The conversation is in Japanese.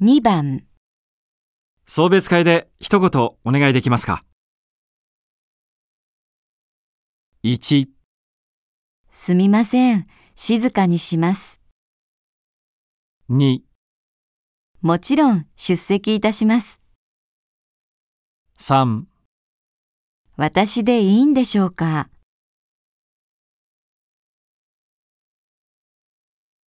2番、送別会で一言お願いできますか ?1、すみません。静かにします。 2、もちろん出席いたします。 3私でいいんでしょうか